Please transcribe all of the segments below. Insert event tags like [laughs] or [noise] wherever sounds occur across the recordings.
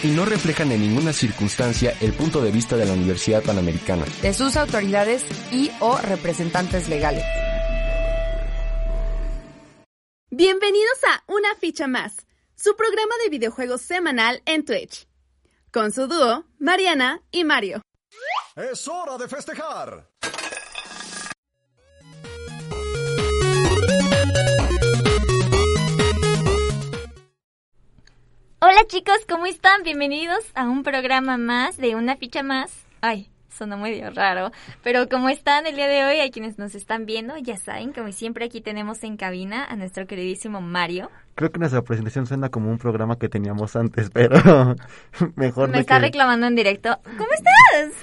Y no reflejan en ninguna circunstancia el punto de vista de la Universidad Panamericana. De sus autoridades y o representantes legales. Bienvenidos a Una Ficha Más, su programa de videojuegos semanal en Twitch, con su dúo, Mariana y Mario. Es hora de festejar. Hola chicos, ¿cómo están? Bienvenidos a un programa más de una ficha más. Ay, sonó medio raro, pero como están el día de hoy, a quienes nos están viendo, ya saben, como siempre aquí tenemos en cabina a nuestro queridísimo Mario. Creo que nuestra presentación suena como un programa que teníamos antes, [laughs] pero mejor Me de está que- reclamando en directo. ¿Cómo estás?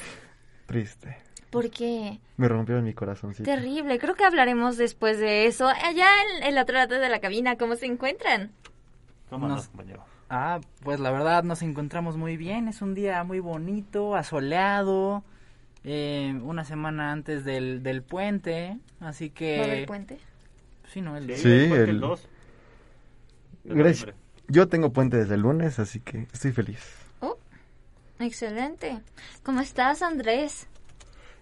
Triste. ¿Por qué? Me rompió mi corazoncito. Terrible, creo que hablaremos después de eso. Allá en el otro lado de la cabina, ¿cómo se encuentran? Ah, pues la verdad nos encontramos muy bien, es un día muy bonito, asoleado, eh, una semana antes del, del puente, así que... ¿Va a haber puente? Sí, no, el... Sí, el... Gracias. Yo tengo puente desde el lunes, así que estoy feliz. Oh, excelente. ¿Cómo estás, Andrés?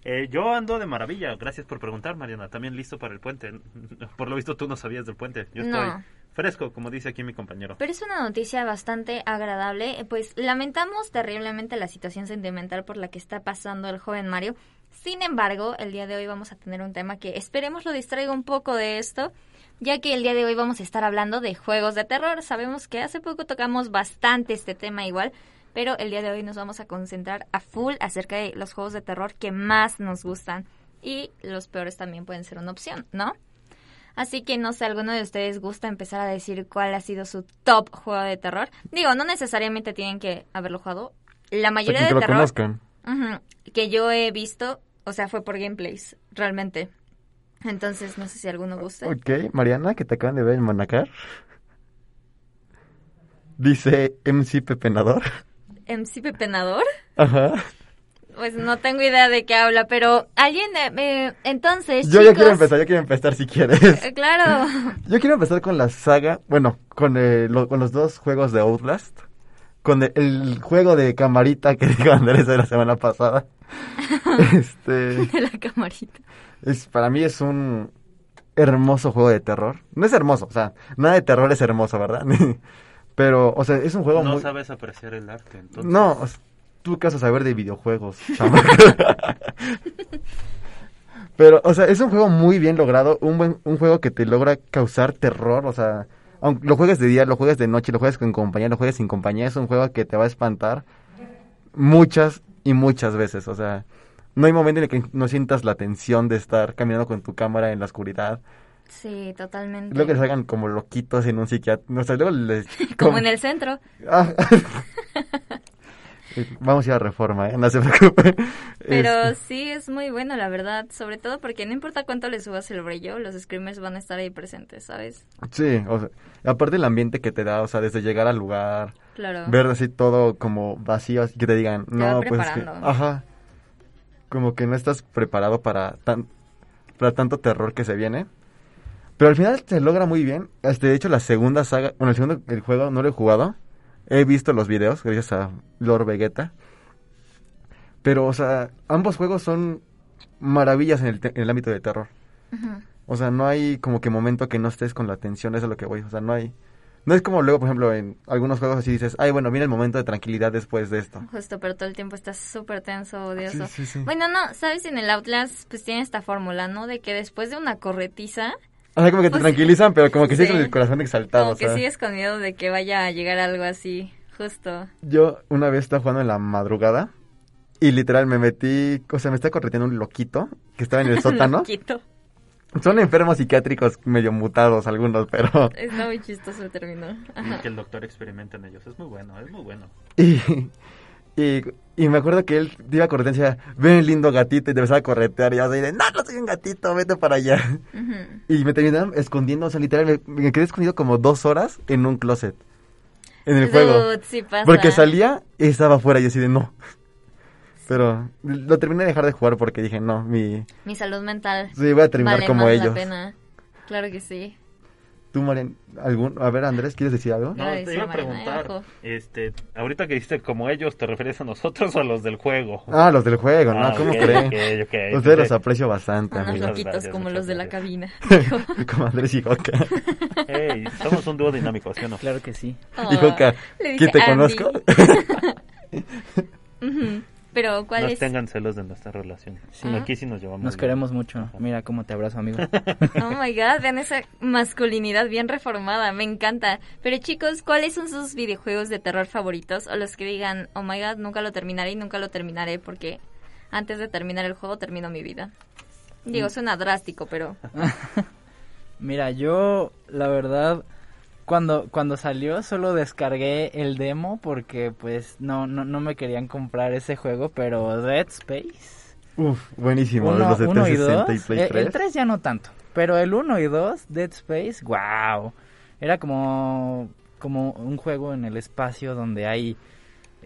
Eh, yo ando de maravilla, gracias por preguntar, Mariana. También listo para el puente. [laughs] Por lo visto tú no sabías del puente. Yo estoy No. fresco, como dice aquí mi compañero. Pero es una noticia bastante agradable. eh, Pues lamentamos terriblemente la situación sentimental por la que está pasando el joven Mario. Sin embargo, el día de hoy vamos a tener un tema que esperemos lo distraiga un poco de esto, ya que el día de hoy vamos a estar hablando de juegos de terror. Sabemos que hace poco tocamos bastante este tema igual, pero el día de hoy nos vamos a concentrar a full acerca de los juegos de terror que más nos gustan y los peores también pueden ser una opción, ¿no? Así que no sé, alguno de ustedes gusta empezar a decir cuál ha sido su top juego de terror. Digo, no necesariamente tienen que haberlo jugado. La Para mayoría quien de que lo terror conozcan. ujú, que yo he visto, o sea, fue por gameplays, realmente. Entonces, no sé si alguno guste. Ok, Mariana, que te acaban de ver en Manacar. Dice MC Pepenador. ¿MC Pepenador? Ajá. Pues no tengo idea de qué habla, pero alguien... eh, eh, entonces, Yo ya quiero chicos, empezar, yo quiero empezar si quieres. eh, Claro. [laughs] Yo quiero empezar con la saga, bueno, con, eh, lo- con los dos juegos de Outlast. Con el, el juego de camarita que [laughs] dijo Andrés de la semana [laughs] pasada. este. De la camarita. Es, para mí es un hermoso juego de terror. No es hermoso, o sea, nada de terror es hermoso, ¿verdad? [laughs] Pero, o sea, es un juego No muy... sabes apreciar el arte, entonces. No, o sea, tú qué vas a saber de videojuegos, chamaco. [laughs] Pero, o sea, es un juego muy bien logrado, un, buen, un juego que te logra causar terror, o sea, aunque lo juegues de día, lo juegues de noche, lo juegues con compañía, lo juegues sin compañía, es un juego que te va a espantar muchas y muchas veces, o sea, no hay momento en el que no sientas la tensión de estar caminando con tu cámara en la oscuridad, Sí, totalmente. luego que les hagan como loquitos en un psiquiatra, no sé, luego les... [laughs] Como en el centro. Ah. [laughs] Eh, Vamos a ir a reforma, ¿eh? no se preocupen. Pero Este, sí es muy bueno, la verdad, sobre todo porque no importa cuánto le subas el brillo, los screamers van a estar ahí presentes, ¿sabes? sí, o sea, aparte el ambiente que te da, o sea, desde llegar al lugar, Claro. ver así todo como vacío, así que te digan, va no, pues es que, preparando. ajá, como que no estás preparado para, tan, para tanto terror que se viene. Pero al final se logra muy bien. Este, de hecho, la segunda saga, bueno, el segundo el juego no lo he jugado. He visto los videos, gracias a Lord Vegeta. Pero, o sea, ambos juegos son maravillas en el, te- en el ámbito del terror. O sea, no hay como que momento que no estés con la atención, eso es a lo que voy. O sea, no hay, No es como luego, por ejemplo, en algunos juegos así dices, ay, bueno, viene el momento de tranquilidad después de esto. Justo, pero todo el tiempo estás súper tenso, odioso. Sí, sí, sí. Bueno, no, sabes, en el Outlast pues tiene esta fórmula, ¿no? De que después de una corretiza, pues, O sea, como que te tranquilizan, pero como que sigues sí. con el corazón exaltado. como que o sea. sigues con miedo de que vaya a llegar algo así, justo. Yo una vez estaba jugando en la madrugada y literal me metí, o sea, me estaba correteando un loquito que estaba en el sótano. Loquito. Son enfermos psiquiátricos medio mutados algunos, pero... [laughs] Está muy chistoso el término. Y Ajá. que el doctor experimenta en ellos. Es muy bueno, es muy bueno. Y, y, y me acuerdo que él iba a corretear y decía, ven lindo gatito, y te empezaba a corretear y yo así de, no, no soy un gatito, vete para allá. Ujú. Y me terminaron escondiendo, o sea, literal, me, me quedé escondido como dos horas en un closet. En el Dude, juego. sí pasa. Porque salía y estaba afuera y así de no. Pero lo terminé de dejar de jugar porque dije, no, mi... Mi salud mental. Sí, voy a terminar vale como más ellos. La pena. Claro que sí. Tú, Marian, algún... A ver, Andrés, ¿quieres decir algo? No, Iba a te decir iba a Mariana, preguntar, ojo. este, ahorita que dijiste como ellos, ¿te refieres a nosotros o a los del juego? Ah, los del juego, ¿no? Ah, ¿Cómo ok, creen? ok, ok, Ustedes ok. los aprecio bastante, Unos amigos. loquitos gracias, como muchas los de la gracias. cabina. [laughs] [laughs] como Andrés y Joca. Ey, somos un dúo dinámico, ¿sí o no? Claro que sí. Y Joca, Ah, le dije ¿que te Andy. conozco? [laughs] Ujú. Pero, ¿cuál No es? tengan celos de nuestra relación. Aquí sí nos llevamos. Nos bien. queremos mucho. Mira cómo te abrazo, amigo. Oh my god, vean esa masculinidad bien reformada, me encanta. Pero chicos, ¿cuáles son sus videojuegos de terror favoritos? O los que digan, oh my god, nunca lo terminaré y nunca lo terminaré porque antes de terminar el juego termino mi vida. Mm. Digo, suena drástico, [laughs] pero Mira, yo la verdad cuando cuando salió solo descargué el demo porque pues no no, no me querían comprar ese juego, pero Dead Space Uf, buenísimo. uno, los de uno y 360 y, dos, eh, Play el- 3. el 3 ya no tanto, pero el 1 y 2 Dead Space, wow. Era como como un juego en el espacio donde hay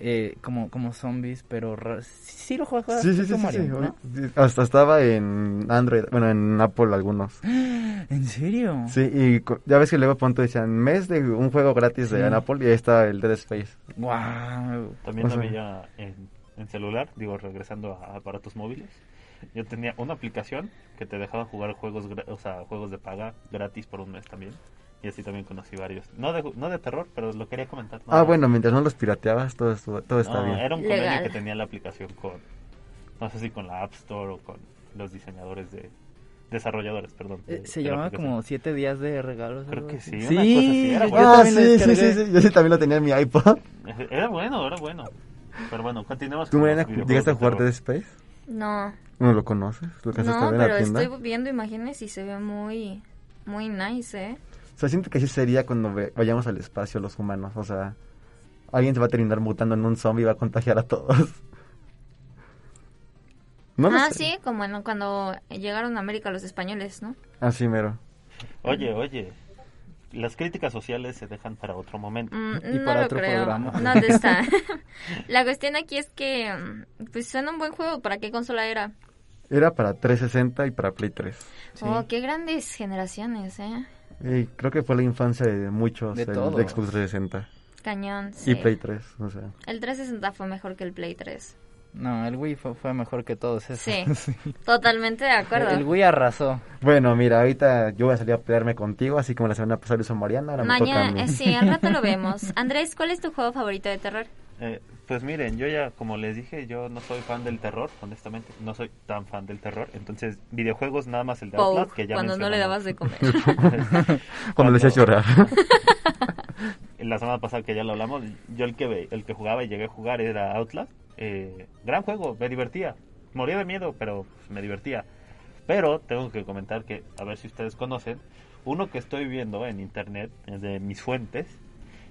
eh, como como zombies, pero ra- sí, sí lo juegas Sí, sí, sí, tú, sí, Mario, sí, ¿no? sí. Hasta estaba en Android, bueno, en Apple [gasps] algunos. ¿En serio? Sí, y cu- ya ves que luego pronto decían, mes de un juego gratis de Sí. Apple y ahí está el Dead Space. Wow. También O lo sea- veía en, en celular, digo, regresando a aparatos móviles. Yo tenía una aplicación que te dejaba jugar juegos, gra- o sea, juegos de paga gratis por un mes también. Y así también conocí varios. No de, no de terror, pero lo quería comentar. nada ah, más. bueno, mientras no los pirateabas, todo, estuvo- todo está No, bien. Era un convenio Legal. que tenía la aplicación con, no sé si con la App Store o con los diseñadores de, desarrolladores, perdón. Eh, de- Se de la llamaba aplicación. como siete días de regalos. Creo que sí, una Sí, cosa así, era yo bueno. Ah, también lo sí, sí, sí, descargué. sí, [laughs] yo sí también lo tenía en mi iPod. Era bueno, era bueno. Pero bueno, continuamos. ¿Tú, con los Mariana, videojuegos llegaste a de jugar terror. Dead Space? no. ¿No lo conoces? ¿Lo alcanzaste No, a ver en pero la tienda? estoy viendo imágenes y se ve muy, muy nice, ¿eh? O sea, siento que así sería cuando ve- vayamos al espacio los humanos. O sea, alguien se va a terminar mutando en un zombie y va a contagiar a todos. [laughs] No lo ah, sé. sí, como en- cuando llegaron a América los españoles, ¿no? Así Ah, mero. Oye, oye. Las críticas sociales se dejan para otro momento. Mm, Y no para lo otro creo. programa. No [laughs] te está. [laughs] La cuestión aquí es que, mm, pues suena un buen juego. ¿Para qué consola era? Era para 360 y para Play 3. Sí. Oh, qué grandes generaciones, ¿eh? Y creo que fue la infancia de muchos De el todos. Xbox 360 Cañón. sí. y Play 3. O sea, El 360 fue mejor que el Play 3. No, el Wii fue, fue mejor que todos esos. [laughs] Sí, totalmente de acuerdo. El Wii arrasó. bueno, mira, ahorita yo voy a salir a pelearme contigo, así como la semana pasada lo hizo Mariana, ahora me toca a Mañana, mí. eh, sí, al rato lo vemos. Andrés, ¿cuál es tu juego favorito de terror? Eh, pues miren, yo ya, como les dije, yo no soy fan del terror, honestamente. No soy tan fan del terror. Entonces, videojuegos nada más el de Pou, Outlast, que ya cuando no le dabas mencionamos. de comer. [laughs] [laughs] Cuando le hacías llorar. La semana pasada que ya lo hablamos, yo el que, ve- el que jugaba y llegué a jugar era Outlast. Eh, gran juego, me divertía. Moría de miedo, pero pues, me divertía. Pero tengo que comentar que, a ver si ustedes conocen, uno que estoy viendo en internet, es de mis fuentes,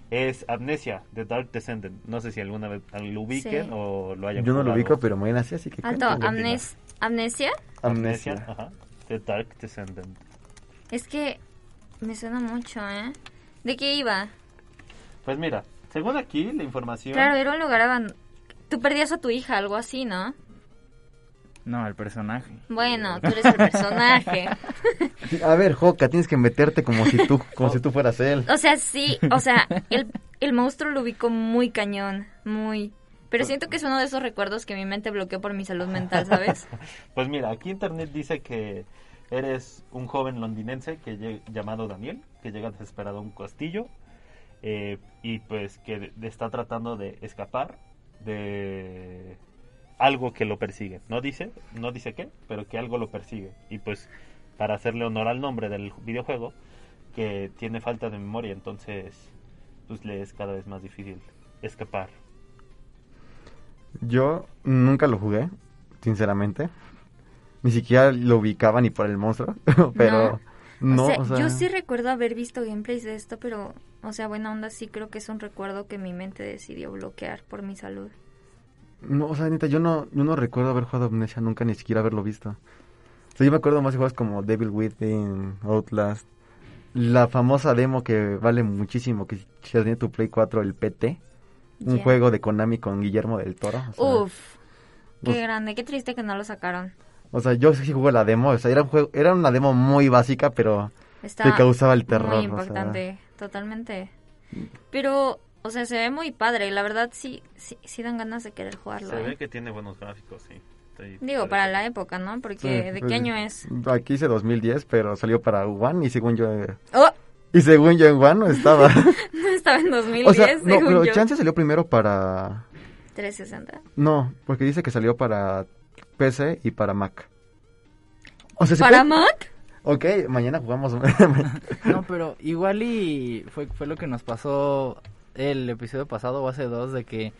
es Amnesia, The Dark Descendant. No sé si alguna vez lo ubiquen Sí. o lo hayan yo no lo jugado. ubico, pero mañana sí, así que... Alto, cuéntame. amnes- ¿amnesia? Amnesia. Ajá. The Dark Descendant. Es que me suena mucho, ¿eh? ¿De qué iba? Pues mira, según aquí la información... Claro, era un lugar abandonado. Tú perdías a tu hija, algo así, ¿no? No, el personaje. Bueno, tú eres el personaje. Sí, A ver, Joca, tienes que meterte como si [laughs] tú, como si tú fueras él. O sea, sí, o sea, el, el monstruo lo ubicó muy cañón, muy. Pero siento que es uno de esos recuerdos que mi mente bloqueó por mi salud mental, ¿sabes? Pues mira, aquí internet dice que eres un joven londinense que lle- llamado Daniel, que llega desesperado a un castillo eh, y pues que de- de- está tratando de escapar de algo que lo persigue. No dice, no dice qué, pero que algo lo persigue. Y pues para hacerle honor al nombre del videojuego, que tiene falta de memoria, entonces pues le es cada vez más difícil escapar. Yo nunca lo jugué, sinceramente. Ni siquiera lo ubicaba ni por el monstruo, [laughs] pero [laughs] no, o sea, o sea, yo sí recuerdo haber visto gameplays de esto, pero, o sea, buena onda, sí creo que es un recuerdo que mi mente decidió bloquear por mi salud. no, o sea, neta, yo no, yo no recuerdo haber jugado Amnesia nunca, ni siquiera haberlo visto. O sea, yo me acuerdo más de juegos como Devil Within, Outlast, la famosa demo que vale muchísimo, que si tiene tu Play 4, el PT, un Ya. Uh. juego de Konami con Guillermo del Toro. o sea, Uf, qué pues- grande, qué triste que no lo sacaron. O sea, yo sí jugué la demo, o sea, era, un juego, era una demo muy básica, pero Está te causaba el terror. Muy o sea. impactante, totalmente. Pero, o sea, se ve muy padre, la verdad sí, sí, sí dan ganas de querer jugarlo. Se ¿eh? ve que tiene buenos gráficos, sí. Estoy- Digo, para la época, ¿no? Porque, Sí, ¿de pues, qué año es? Aquí dice 2010, pero salió para One y según yo... eh, ¡Oh! [laughs] Y según yo en One no estaba. No estaba en 2010, o sea, no, según pero yo. Chance salió primero para... 360. No, porque dice que salió para PC y para Mac. O sea, ¿se ¿Para puede- Mac? Ok, mañana jugamos. [laughs] No, pero igual y fue, fue lo que nos pasó el episodio pasado o hace dos de que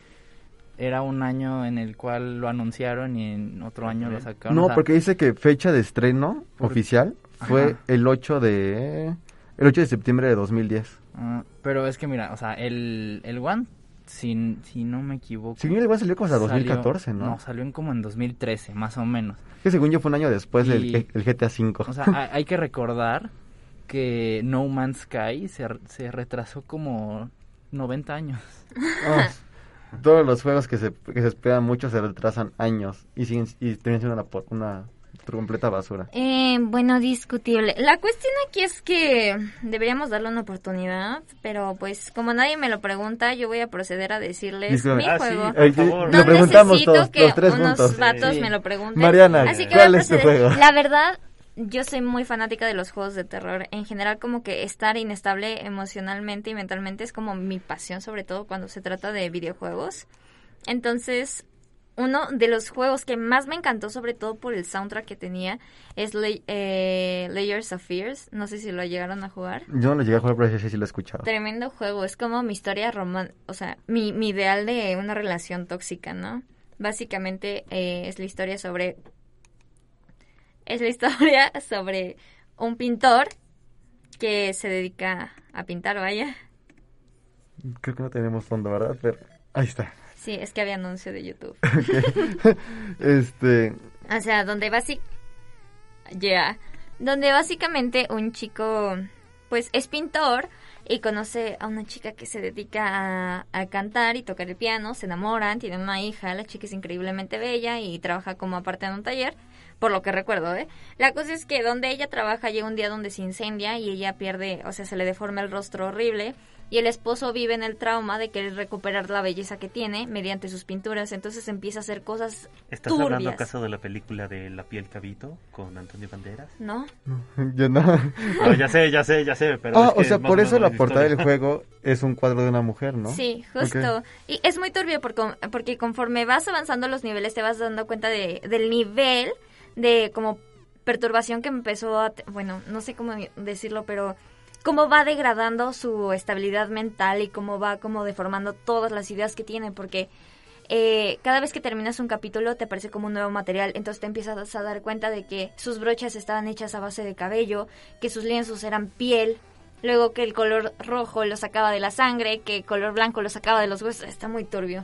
era un año en el cual lo anunciaron y en otro año lo sacaron. o no, sea, porque dice que fecha de estreno Por- oficial fue Ajá. el 8 de... El 8 de septiembre de 2010. ah, pero es que mira, o sea, el, el One, si, si no me equivoco. Sí, el One salió como hasta salió- 2014, ¿no? No, salió en como en 2013, más o menos. Que según yo fue un año después del Y- G- el GTA V. O sea, [laughs] hay, hay que recordar que No Man's Sky se, r- se retrasó como 90 años. Ah, todos los juegos que se, que se esperan mucho se retrasan años y siguen y terminan siendo una, por- una completa basura. Eh, bueno, discutible. La cuestión aquí es que deberíamos darle una oportunidad, pero pues como nadie me lo pregunta, yo voy a proceder a decirles Discúlpame. mi Ah, sí, juego. por favor. No Lo preguntamos necesito todos, que los tres unos juntos. vatos Sí. me lo pregunten. Mariana, Así que ¿cuál voy a es tu proceder. juego? La verdad, yo soy muy fanática de los juegos de terror. En general, como que estar inestable emocionalmente y mentalmente es como mi pasión, sobre todo cuando se trata de videojuegos. Entonces, uno de los juegos que más me encantó, sobre todo por el soundtrack que tenía, es Lay- eh, Layers of Fears. No sé si lo llegaron a jugar. Yo no lo llegué a jugar, pero sí, sí, sí lo he escuchado. Tremendo juego, es como mi historia romántica, o sea, mi, mi ideal de una relación tóxica, ¿no? Básicamente eh, es la historia sobre... Es la [laughs] historia sobre un pintor que se dedica a pintar, vaya. Creo que no tenemos fondo, ¿verdad? Pero ahí está. Sí, es que había anuncio de YouTube. Este, O sea, donde básicamente... Yeah. Donde básicamente un chico, pues, es pintor y conoce a una chica que se dedica a, a cantar y tocar el piano, se enamoran, tienen una hija, la chica es increíblemente bella y trabaja como aparte en un taller, por lo que recuerdo, ¿eh? La cosa es que donde ella trabaja llega un día donde se incendia y ella pierde, o sea, se le deforma el rostro horrible y el esposo vive en el trauma de querer recuperar la belleza que tiene mediante sus pinturas, entonces empieza a hacer cosas ¿Estás hablando turbias. acaso de la película de La piel cabito con Antonio Banderas? ¿No? yo no. [laughs] No, ya sé, ya sé, ya sé, pero ah, es que o sea, es más por o eso la menos portada del historia. juego es un cuadro de una mujer, ¿no? Sí, justo. Ok. Y es muy turbio porque, porque conforme vas avanzando los niveles te vas dando cuenta de, del nivel de como perturbación que empezó a... te- Bueno, no sé cómo decirlo, pero cómo va degradando su estabilidad mental y cómo va como deformando todas las ideas que tiene porque eh, cada vez que terminas un capítulo te aparece como un nuevo material, entonces te empiezas a dar cuenta de que sus brochas estaban hechas a base de cabello, que sus lienzos eran piel, luego que el color rojo lo sacaba de la sangre, que el color blanco lo sacaba de los huesos, está muy turbio.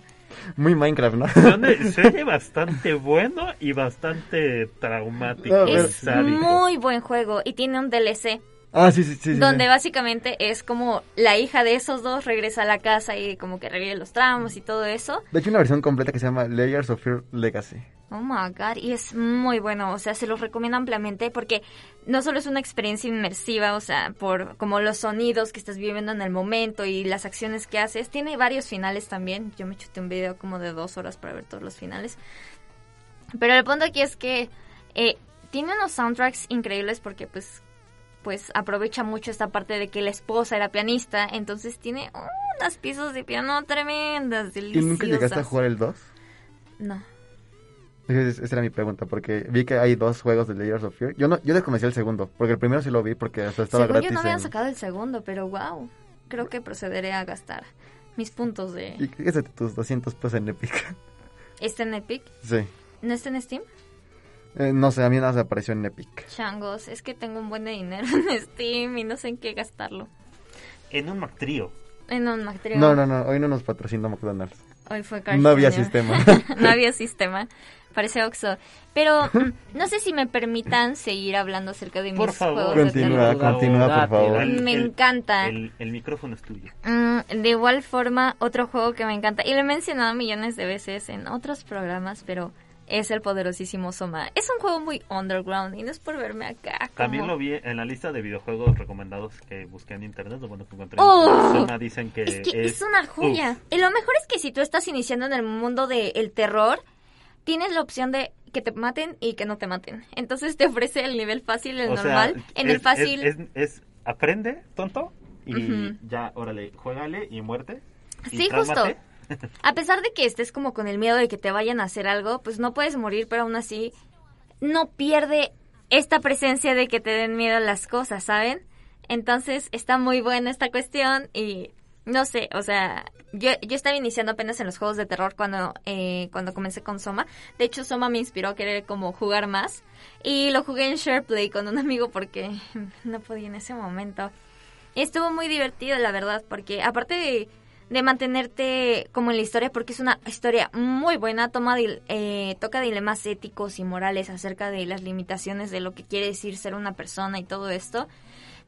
Muy Minecraft, ¿no? [laughs] Suena- [laughs] Se oye bastante bueno y bastante traumático. No, y pero- sádico. Muy buen juego y tiene un DLC Ah, sí, sí, sí. sí, donde sí. básicamente es como la hija de esos dos regresa a la casa y como que revive los tramos y todo eso. De hecho, hay una versión completa que se llama Layers of Fear Legacy. Oh my god, y es muy bueno, o sea, se los recomiendo ampliamente porque no solo es una experiencia inmersiva, o sea, por como los sonidos que estás viviendo en el momento y las acciones que haces, tiene varios finales también, yo me chuté un video como de dos horas para ver todos los finales, pero el punto aquí es que eh, tiene unos soundtracks increíbles porque pues pues aprovecha mucho esta parte de que la esposa era pianista, entonces tiene unas piezas de piano tremendas, ¿Y deliciosas. nunca llegaste a jugar el 2? No. Es- Esa era mi pregunta, porque vi que hay dos juegos de Layers of Fear. Yo no, yo desconocí el segundo, porque el primero sí lo vi, porque hasta estaba Según yo gratis. no habían en- sacado el segundo, pero wow, creo que procederé a gastar mis puntos de... Y que es de tus 200 pesos en Epic. [laughs] ¿Está en Epic? sí. ¿No está en Steam? Eh, no sé, a mí nada se apareció en Epic. Changos, es que tengo un buen de dinero [laughs] en Steam y no sé en qué gastarlo. En un MacTrío. En un MacTrio. No, no, no, hoy no nos patrocina McDonald's. Hoy fue Carl No había Jr. sistema. [laughs] no había sistema. Parece Oxo. Pero mm, no sé si me permitan seguir hablando acerca de mis Por favor. juegos de terror. continúa, por favor. Me el- encanta. El, el micrófono es tuyo. Mm, de igual forma, otro juego que me encanta, y lo he mencionado millones de veces en otros programas, pero es el poderosísimo Soma. Es un juego muy underground y no es por verme acá. como- También lo vi en la lista de videojuegos recomendados que busqué en internet, lo bueno que encontré. en ¡Oh! Persona, dicen que Es que es una joya. Uf, Y lo mejor es que si tú estás iniciando en el mundo del terror, tienes la opción de que te maten y que no te maten. Entonces te [laughs] ofrece el nivel fácil, el o sea, normal. en el es- fácil. Es, es- es aprende, tonto, y Ujú. ya, órale, juégale y muerte. y Sí, justo. tráumate. A pesar de que estés como con el miedo de que te vayan a hacer algo, pues no puedes morir, pero aún así no pierde esta presencia de que te den miedo las cosas, ¿saben? Entonces está muy buena esta cuestión y no sé, o sea, yo, yo estaba iniciando apenas en los juegos de terror cuando, eh, cuando comencé con Soma. De hecho, Soma me inspiró a querer como jugar más y lo jugué en SharePlay con un amigo porque [laughs] no podía en ese momento. Estuvo muy divertido, la verdad, porque aparte de, de mantenerte como en la historia, porque es una historia muy buena, toma dil- eh, toca dilemas éticos y morales acerca de las limitaciones de lo que quiere decir ser una persona y todo esto.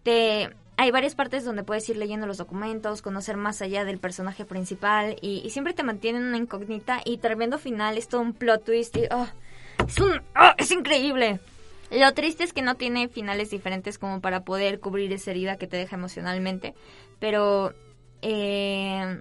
Te, hay varias partes donde puedes ir leyendo los documentos, conocer más allá del personaje principal y, y siempre te mantienen una incógnita y tremendo final, es todo un plot twist y... oh, es, un, oh, es increíble. Lo triste es que no tiene finales diferentes como para poder cubrir esa herida que te deja emocionalmente. Pero. eh,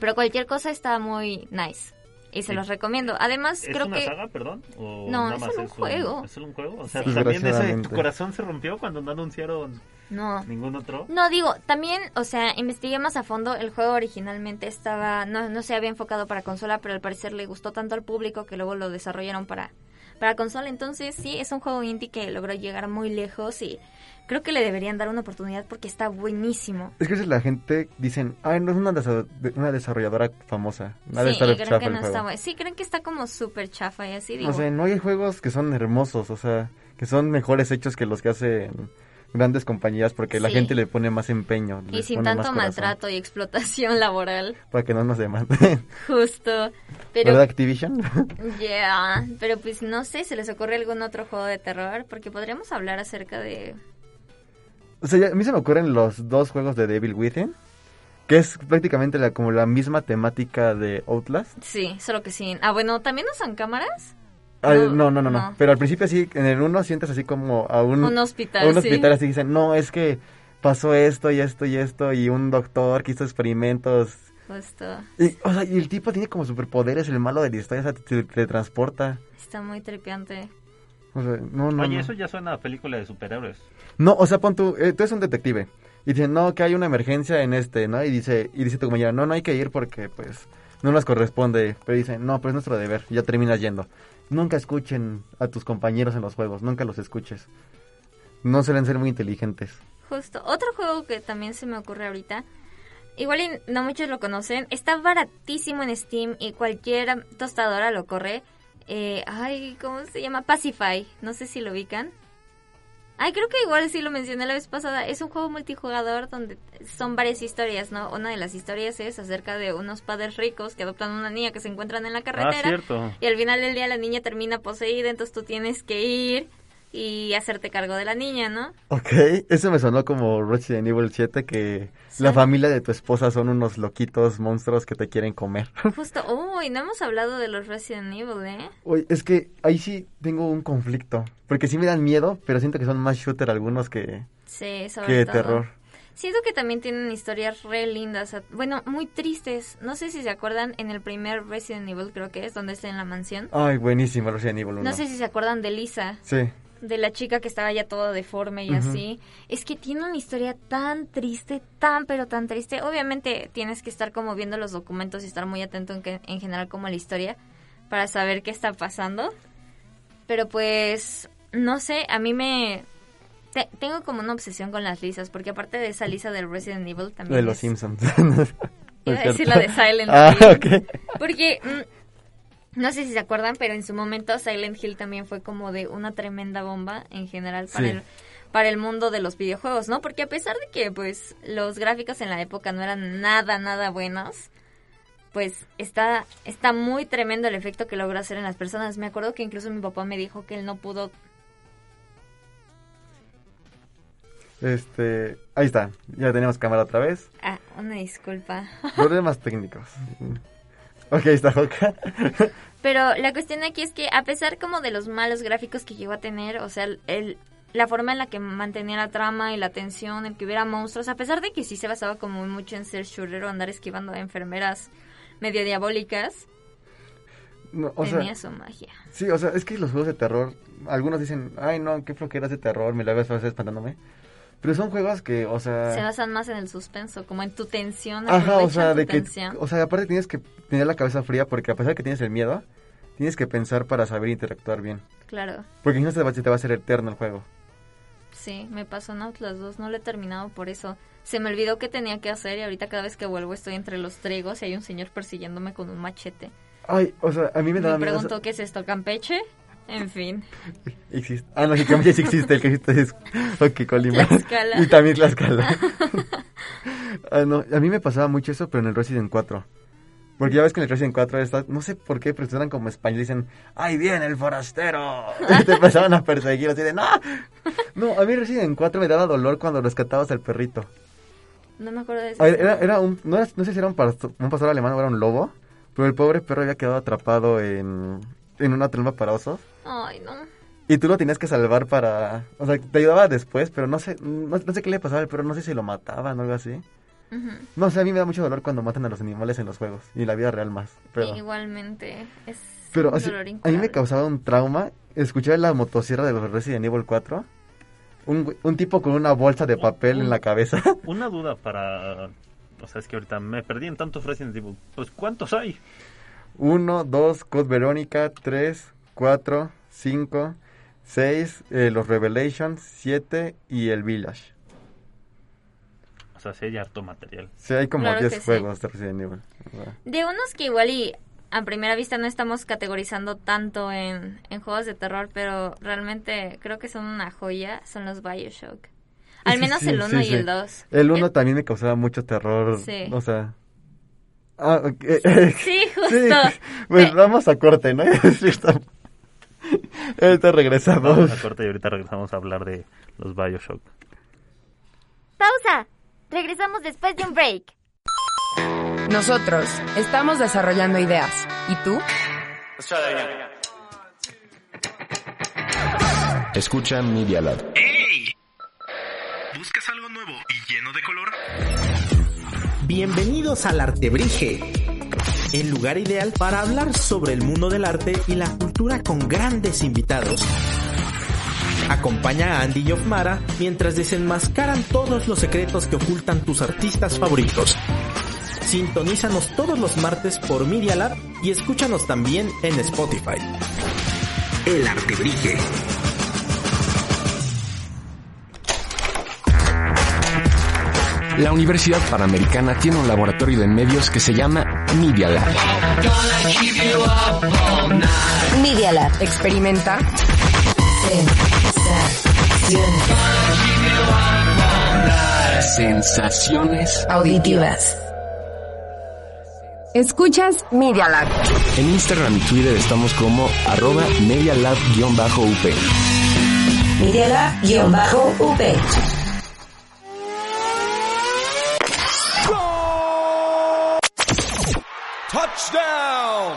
pero cualquier cosa está muy nice. Y se Sí. los recomiendo. Además, ¿Es creo una que. saga, perdón? ¿O No, nada es más solo un juego. ¿Es solo un juego? O sea, Sí. también ese, tu Desgraciadamente. corazón se rompió cuando no anunciaron No. ningún otro. No, digo, también, o sea, investigué más a fondo. El juego originalmente estaba. No, no se había enfocado para consola, pero al parecer le gustó tanto al público que luego lo desarrollaron para, para consola. Entonces, sí, es un juego indie que logró llegar muy lejos y creo que le deberían dar una oportunidad porque está buenísimo. Es que a veces la gente dicen, ay, no es una, desa- de- una desarrolladora famosa. Ha de Sí, estar y creen chafa que el no está juego. bueno. Sí, creen que está como súper chafa y así digo. O sea, no hay juegos que son hermosos, o sea, que son mejores hechos que los que hacen grandes compañías porque la Sí. gente le pone más empeño. le y sin pone más tanto corazón maltrato y explotación laboral, Para que no nos demanden. [laughs] justo. ¿Verdad, Pero, Activision? [laughs] yeah, pero pues no sé, ¿se les ocurre algún otro juego de terror? Porque podríamos hablar acerca de... o sea, ya- a mí se me ocurren los dos juegos de Devil Within, que es prácticamente la, como la misma temática de Outlast. Sí, solo que sin... Ah, bueno, ¿también usan cámaras? Ah, no, no, no, no, no. Pero al principio sí, en el uno sientes así como a un, Un hospital, a un sí. hospital así dicen, no, es que pasó esto y esto y esto y un doctor que hizo experimentos. Justo. Y, o sea, y el tipo tiene como superpoderes, el malo de la historia, o sea, te, te transporta. Está muy trepiante. O sea, no, no. Oye, no. eso ya suena a película de superhéroes. No, o sea, pon tú, eh, tú eres un detective. Y dicen, no, que hay una emergencia en este, ¿no? Y dice, y dice tu compañero, no, no hay que ir porque, pues, no nos corresponde. Pero dicen, no, pero es nuestro deber. Y ya terminas yendo. Nunca escuchen a tus compañeros en los juegos, nunca los escuches. No suelen ser muy inteligentes. Justo. Otro juego que también se me ocurre ahorita. Igual y no muchos lo conocen. Está baratísimo en Steam y cualquier tostadora lo corre. Eh, ay, ¿cómo se llama? Pacify. No sé si lo ubican. Ay, creo que igual sí lo mencioné la vez pasada. Es un juego multijugador donde son varias historias, ¿no? Una de las historias es acerca de unos padres ricos que adoptan a una niña que se encuentran en la carretera. cierto. Y al final del día la niña termina poseída, entonces tú tienes que ir y hacerte cargo de la niña, ¿no? Ok, eso me sonó como Resident Evil 7, que la familia de tu esposa son unos loquitos monstruos que te quieren comer. [laughs] Justo, uy, no hemos hablado de los Resident Evil, ¿eh? Oye, es que ahí sí tengo un conflicto. Porque sí me dan miedo, pero siento que son más shooter algunos que, Sí, sobre que todo. terror. Siento que también tienen historias re lindas, a- bueno, muy tristes. No sé si se acuerdan en el primer Resident Evil, creo que es, donde está en la mansión. Ay, buenísimo Resident Evil 1. No sé si se acuerdan de Lisa. Sí. de la chica que estaba ya toda deforme y Ujú. así. Es que tiene una historia tan triste, tan pero tan triste. Obviamente tienes que estar como viendo los documentos y estar muy atento en, que- en general como a la historia para saber qué está pasando. Pero pues, no sé, a mí me... te- tengo como una obsesión con las lisas, porque aparte de esa lisa del Resident Evil también... De los es- Simpsons. [laughs] Iba a decir la de Silent Ah, Hill. ok. Porque, mm, no sé si se acuerdan, pero en su momento Silent Hill también fue como de una tremenda bomba en general para, Sí. el, para el mundo de los videojuegos, ¿no? Porque a pesar de que, pues, los gráficos en la época no eran nada, nada buenos, pues está, está muy tremendo el efecto que logró hacer en las personas. Me acuerdo que incluso mi papá me dijo que él no pudo... Este, ahí está. Ya tenemos cámara otra vez. Ah, una disculpa. Problemas técnicos. Ok, ahí está Joca. Pero la cuestión aquí es que a pesar como de los malos gráficos que llegó a tener, o sea, el, la forma en la que mantenía la trama y la tensión, el que hubiera monstruos, a pesar de que sí se basaba como mucho en ser shooter o andar esquivando a enfermeras medio diabólicas, No, o sea, tenía su magia. Sí, o sea, es que los juegos de terror, algunos dicen, ay no, qué floqueras de terror, me la ves espantándome. Pero son juegos que, o sea... Se basan más en el suspenso, como en tu tensión. ah. Ajá, o aprovechan sea, tu de que... tensión. O sea, aparte tienes que tener la cabeza fría porque a pesar de que tienes el miedo, tienes que pensar para saber interactuar bien. Claro, Porque si no se te va- se te va a hacer eterno el juego. sí, me pasó en Outlast 2, no lo he terminado por eso. Se me olvidó qué tenía que hacer y ahorita cada vez que vuelvo estoy entre los trigos y hay un señor persiguiéndome con un machete. Ay, o sea, a mí me daba Me miedo... pregunto qué es esto, Campeche. En fin, Existe. Ah, no, sí, Camilla sí existe, el que existe es Ok, Colima. Tlaxcala. Y también Tlaxcala. ah, no, a mí me pasaba mucho eso, pero en el Resident 4. Porque ya ves que en el Resident 4 está, no sé por qué, pero eran como español y dicen, ¡Ahí viene el forastero! Y te empezaban a perseguir así de, ¡No! No, a mí Resident 4 me daba dolor cuando rescatabas al perrito. no me acuerdo de eso. A ver, era, era un, no, era- no sé si era un pastor, un pastor alemán o era un lobo, pero el pobre perro había quedado atrapado en, en una trampa para osos. Ay, no. Y tú lo tenías que salvar para... O sea, te ayudaba después, pero no sé, no, no sé qué le pasaba, pero no sé si lo mataban o algo así. Ujú. No sé, a mí me da mucho dolor cuando matan a los animales en los juegos y en la vida real más. Pero, Igualmente, es pero un así, dolor a mí incurable. me causaba un trauma escuchar la motosierra de los Resident Evil 4. Un, güey- un tipo con una bolsa de papel en la cabeza. Una duda para... O sea, es que ahorita me perdí en tantos Resident Evil. Pues, ¿cuántos hay? Uno, dos, Code Verónica, tres, cuatro, cinco, seis, eh, los Revelations, siete y el Village. O sea, sí hay harto material. Sí, hay como Claro 10 que sí. juegos de Resident Evil. O sea. De unos que igual y a primera vista no estamos categorizando tanto en, en juegos de terror, pero realmente creo que son una joya, son los [laughs] Bioshock. Al Sí, menos sí, el 1 sí, y sí. el 2. El 1 también me causaba mucho terror. Sí. O sea. Ah, ok. [laughs] Sí, justo. [laughs] Pues vamos a corte, [laughs] ¿no? Sí, está- ahorita regresamos. Vamos a corte y ahorita regresamos a hablar de los Bioshock. Pausa. Regresamos después de un break. Nosotros estamos desarrollando ideas. ¿Y tú? Escucha Media Lab. ¿Buscas algo nuevo y lleno de color? Bienvenidos al Artebrige, el lugar ideal para hablar sobre el mundo del arte y la cultura con grandes invitados. Acompaña a Andy y Ofmara mientras desenmascaran todos los secretos que ocultan tus artistas favoritos. Sintonízanos todos los martes por Media Lab y escúchanos también en Spotify. El Artebrige. La Universidad Panamericana tiene un laboratorio de medios que se llama Media Lab. Media Lab. Experimenta. Sensaciones Auditivas. Escuchas Media Lab. En Instagram y Twitter estamos como arroba medialab-up. Miriela-UP. Touchdown!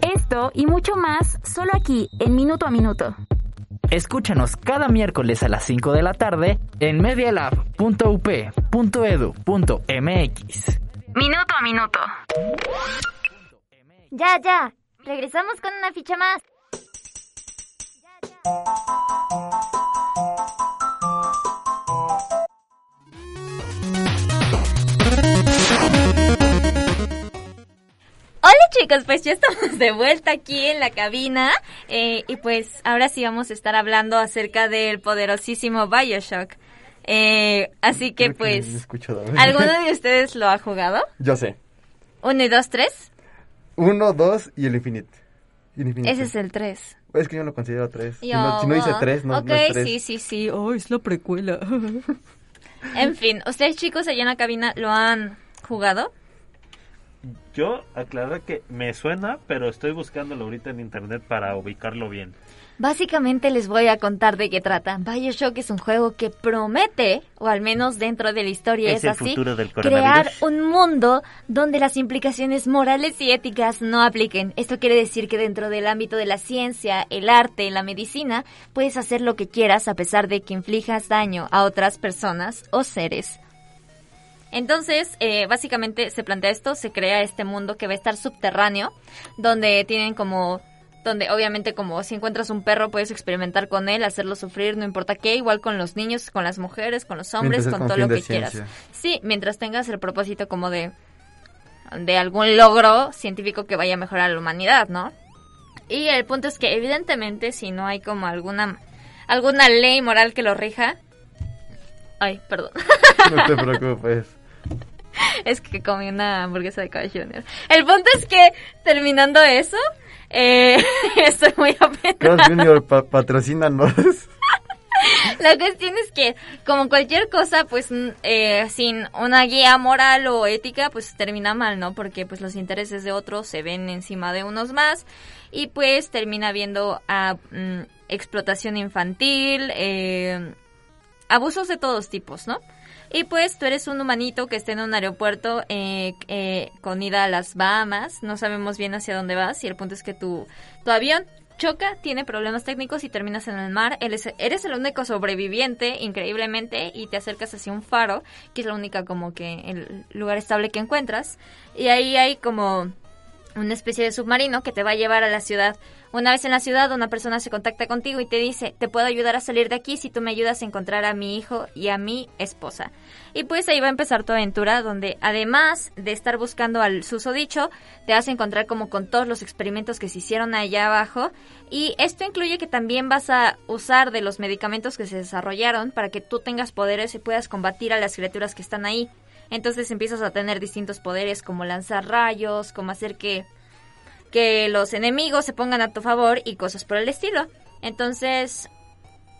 Esto y mucho más solo aquí en Minuto a Minuto. Escúchanos cada miércoles a las 5 de la tarde en medialab.up.edu.mx. Minuto a minuto. Ya, ya. Regresamos con una ficha más. chicos, pues ya estamos de vuelta aquí en la cabina eh, y pues ahora sí vamos a estar hablando acerca del poderosísimo Bioshock. Eh, así que Creo pues, no he escuchado. ¿alguno de ustedes lo ha jugado? Yo sé. ¿Uno y dos, tres? Uno, dos y el infinito. El infinito. Ese es el tres. Es que yo lo considero tres. Si no, si no dice Yo, tres, no, Ok, no es tres. sí, sí, sí. Oh, es la precuela. [laughs] en fin, ¿ustedes chicos allá en la cabina lo han jugado? Yo aclarar que me suena, pero estoy buscándolo ahorita en internet para ubicarlo bien. Básicamente les voy a contar de qué trata. Bioshock es un juego que promete, o al menos dentro de la historia es, Es el así, futuro del crear coronavirus. un mundo donde las implicaciones morales y éticas no apliquen. Esto quiere decir que dentro del ámbito de la ciencia, el arte, la medicina, puedes hacer lo que quieras a pesar de que inflijas daño a otras personas o seres. Entonces, eh, básicamente se plantea esto, se crea este mundo que va a estar subterráneo, donde tienen como, donde obviamente como si encuentras un perro puedes experimentar con él, hacerlo sufrir, no importa qué, igual con los niños, con las mujeres, con los hombres, Mientras es con con todo fin lo de que quieras. ciencia. Sí, mientras tengas el propósito como de, de algún logro científico que vaya a mejorar a la humanidad, ¿no? Y el punto es que evidentemente si no hay como alguna, alguna ley moral que lo rija, ay, perdón. [laughs] No te preocupes. [laughs] Es que comí una hamburguesa de Carl Jr. El punto es que, terminando eso, eh, [laughs] estoy muy Carl apenada. Junior, pa patrocínanos. La cuestión es que, como cualquier cosa, pues n- eh, sin una guía moral o ética, pues termina mal, ¿no? Porque pues los intereses de otros se ven encima de unos más y pues termina viendo a mm, explotación infantil, eh, abusos de todos tipos, ¿no? Y pues tú eres un humanito que está en un aeropuerto eh, eh, con ida a las Bahamas, no sabemos bien hacia dónde vas y el punto es que tu, tu avión choca, tiene problemas técnicos y terminas en el mar, eres, eres el único sobreviviente increíblemente y te acercas hacia un faro, que es la única como que el lugar estable que encuentras y ahí hay como una especie de submarino que te va a llevar a la ciudad. Una vez en la ciudad, una persona se contacta contigo y te dice, te puedo ayudar a salir de aquí si tú me ayudas a encontrar a mi hijo y a mi esposa. Y pues ahí va a empezar tu aventura, donde además de estar buscando al susodicho, te vas a encontrar como con todos los experimentos que se hicieron allá abajo. Y esto incluye que también vas a usar de los medicamentos que se desarrollaron para que tú tengas poderes y puedas combatir a las criaturas que están ahí. Entonces empiezas a tener distintos poderes como lanzar rayos, como hacer que, que los enemigos se pongan a tu favor y cosas por el estilo. Entonces,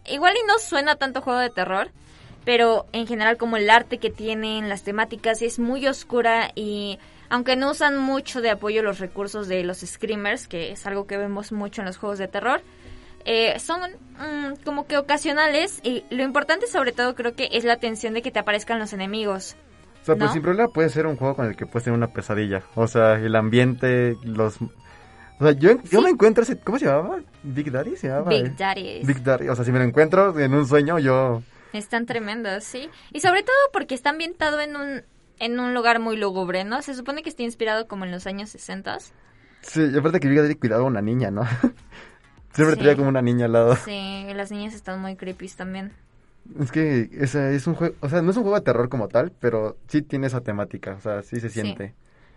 igual y no suena tanto juego de terror, pero en general como el arte que tienen, las temáticas es muy oscura y aunque no usan mucho de apoyo los recursos de los screamers, que es algo que vemos mucho en los juegos de terror, eh, son mm, como que ocasionales y lo importante sobre todo creo que es la tensión de que te aparezcan los enemigos. O sea, pues ¿No? sin problema puede ser un juego con el que puedes tener una pesadilla. O sea, el ambiente, los... O sea, yo, yo me encuentro ese... ¿Cómo se llamaba? Big Daddy se llamaba. eh. Big Daddy. Big Daddy. O sea, si me lo encuentro en un sueño, yo... Están tremendos, sí. Y sobre todo porque está ambientado en un, en un lugar muy lúgubre, ¿no? Se supone que está inspirado como en los años 60. Sí, y aparte que Big Daddy cuidaba a una niña, ¿no? [laughs] Siempre Sí. tenía como una niña al lado. Sí, las niñas están muy creepy también. Es que esa es un juego... O sea, no es un juego de terror como tal, pero sí tiene esa temática. O sea, sí se siente.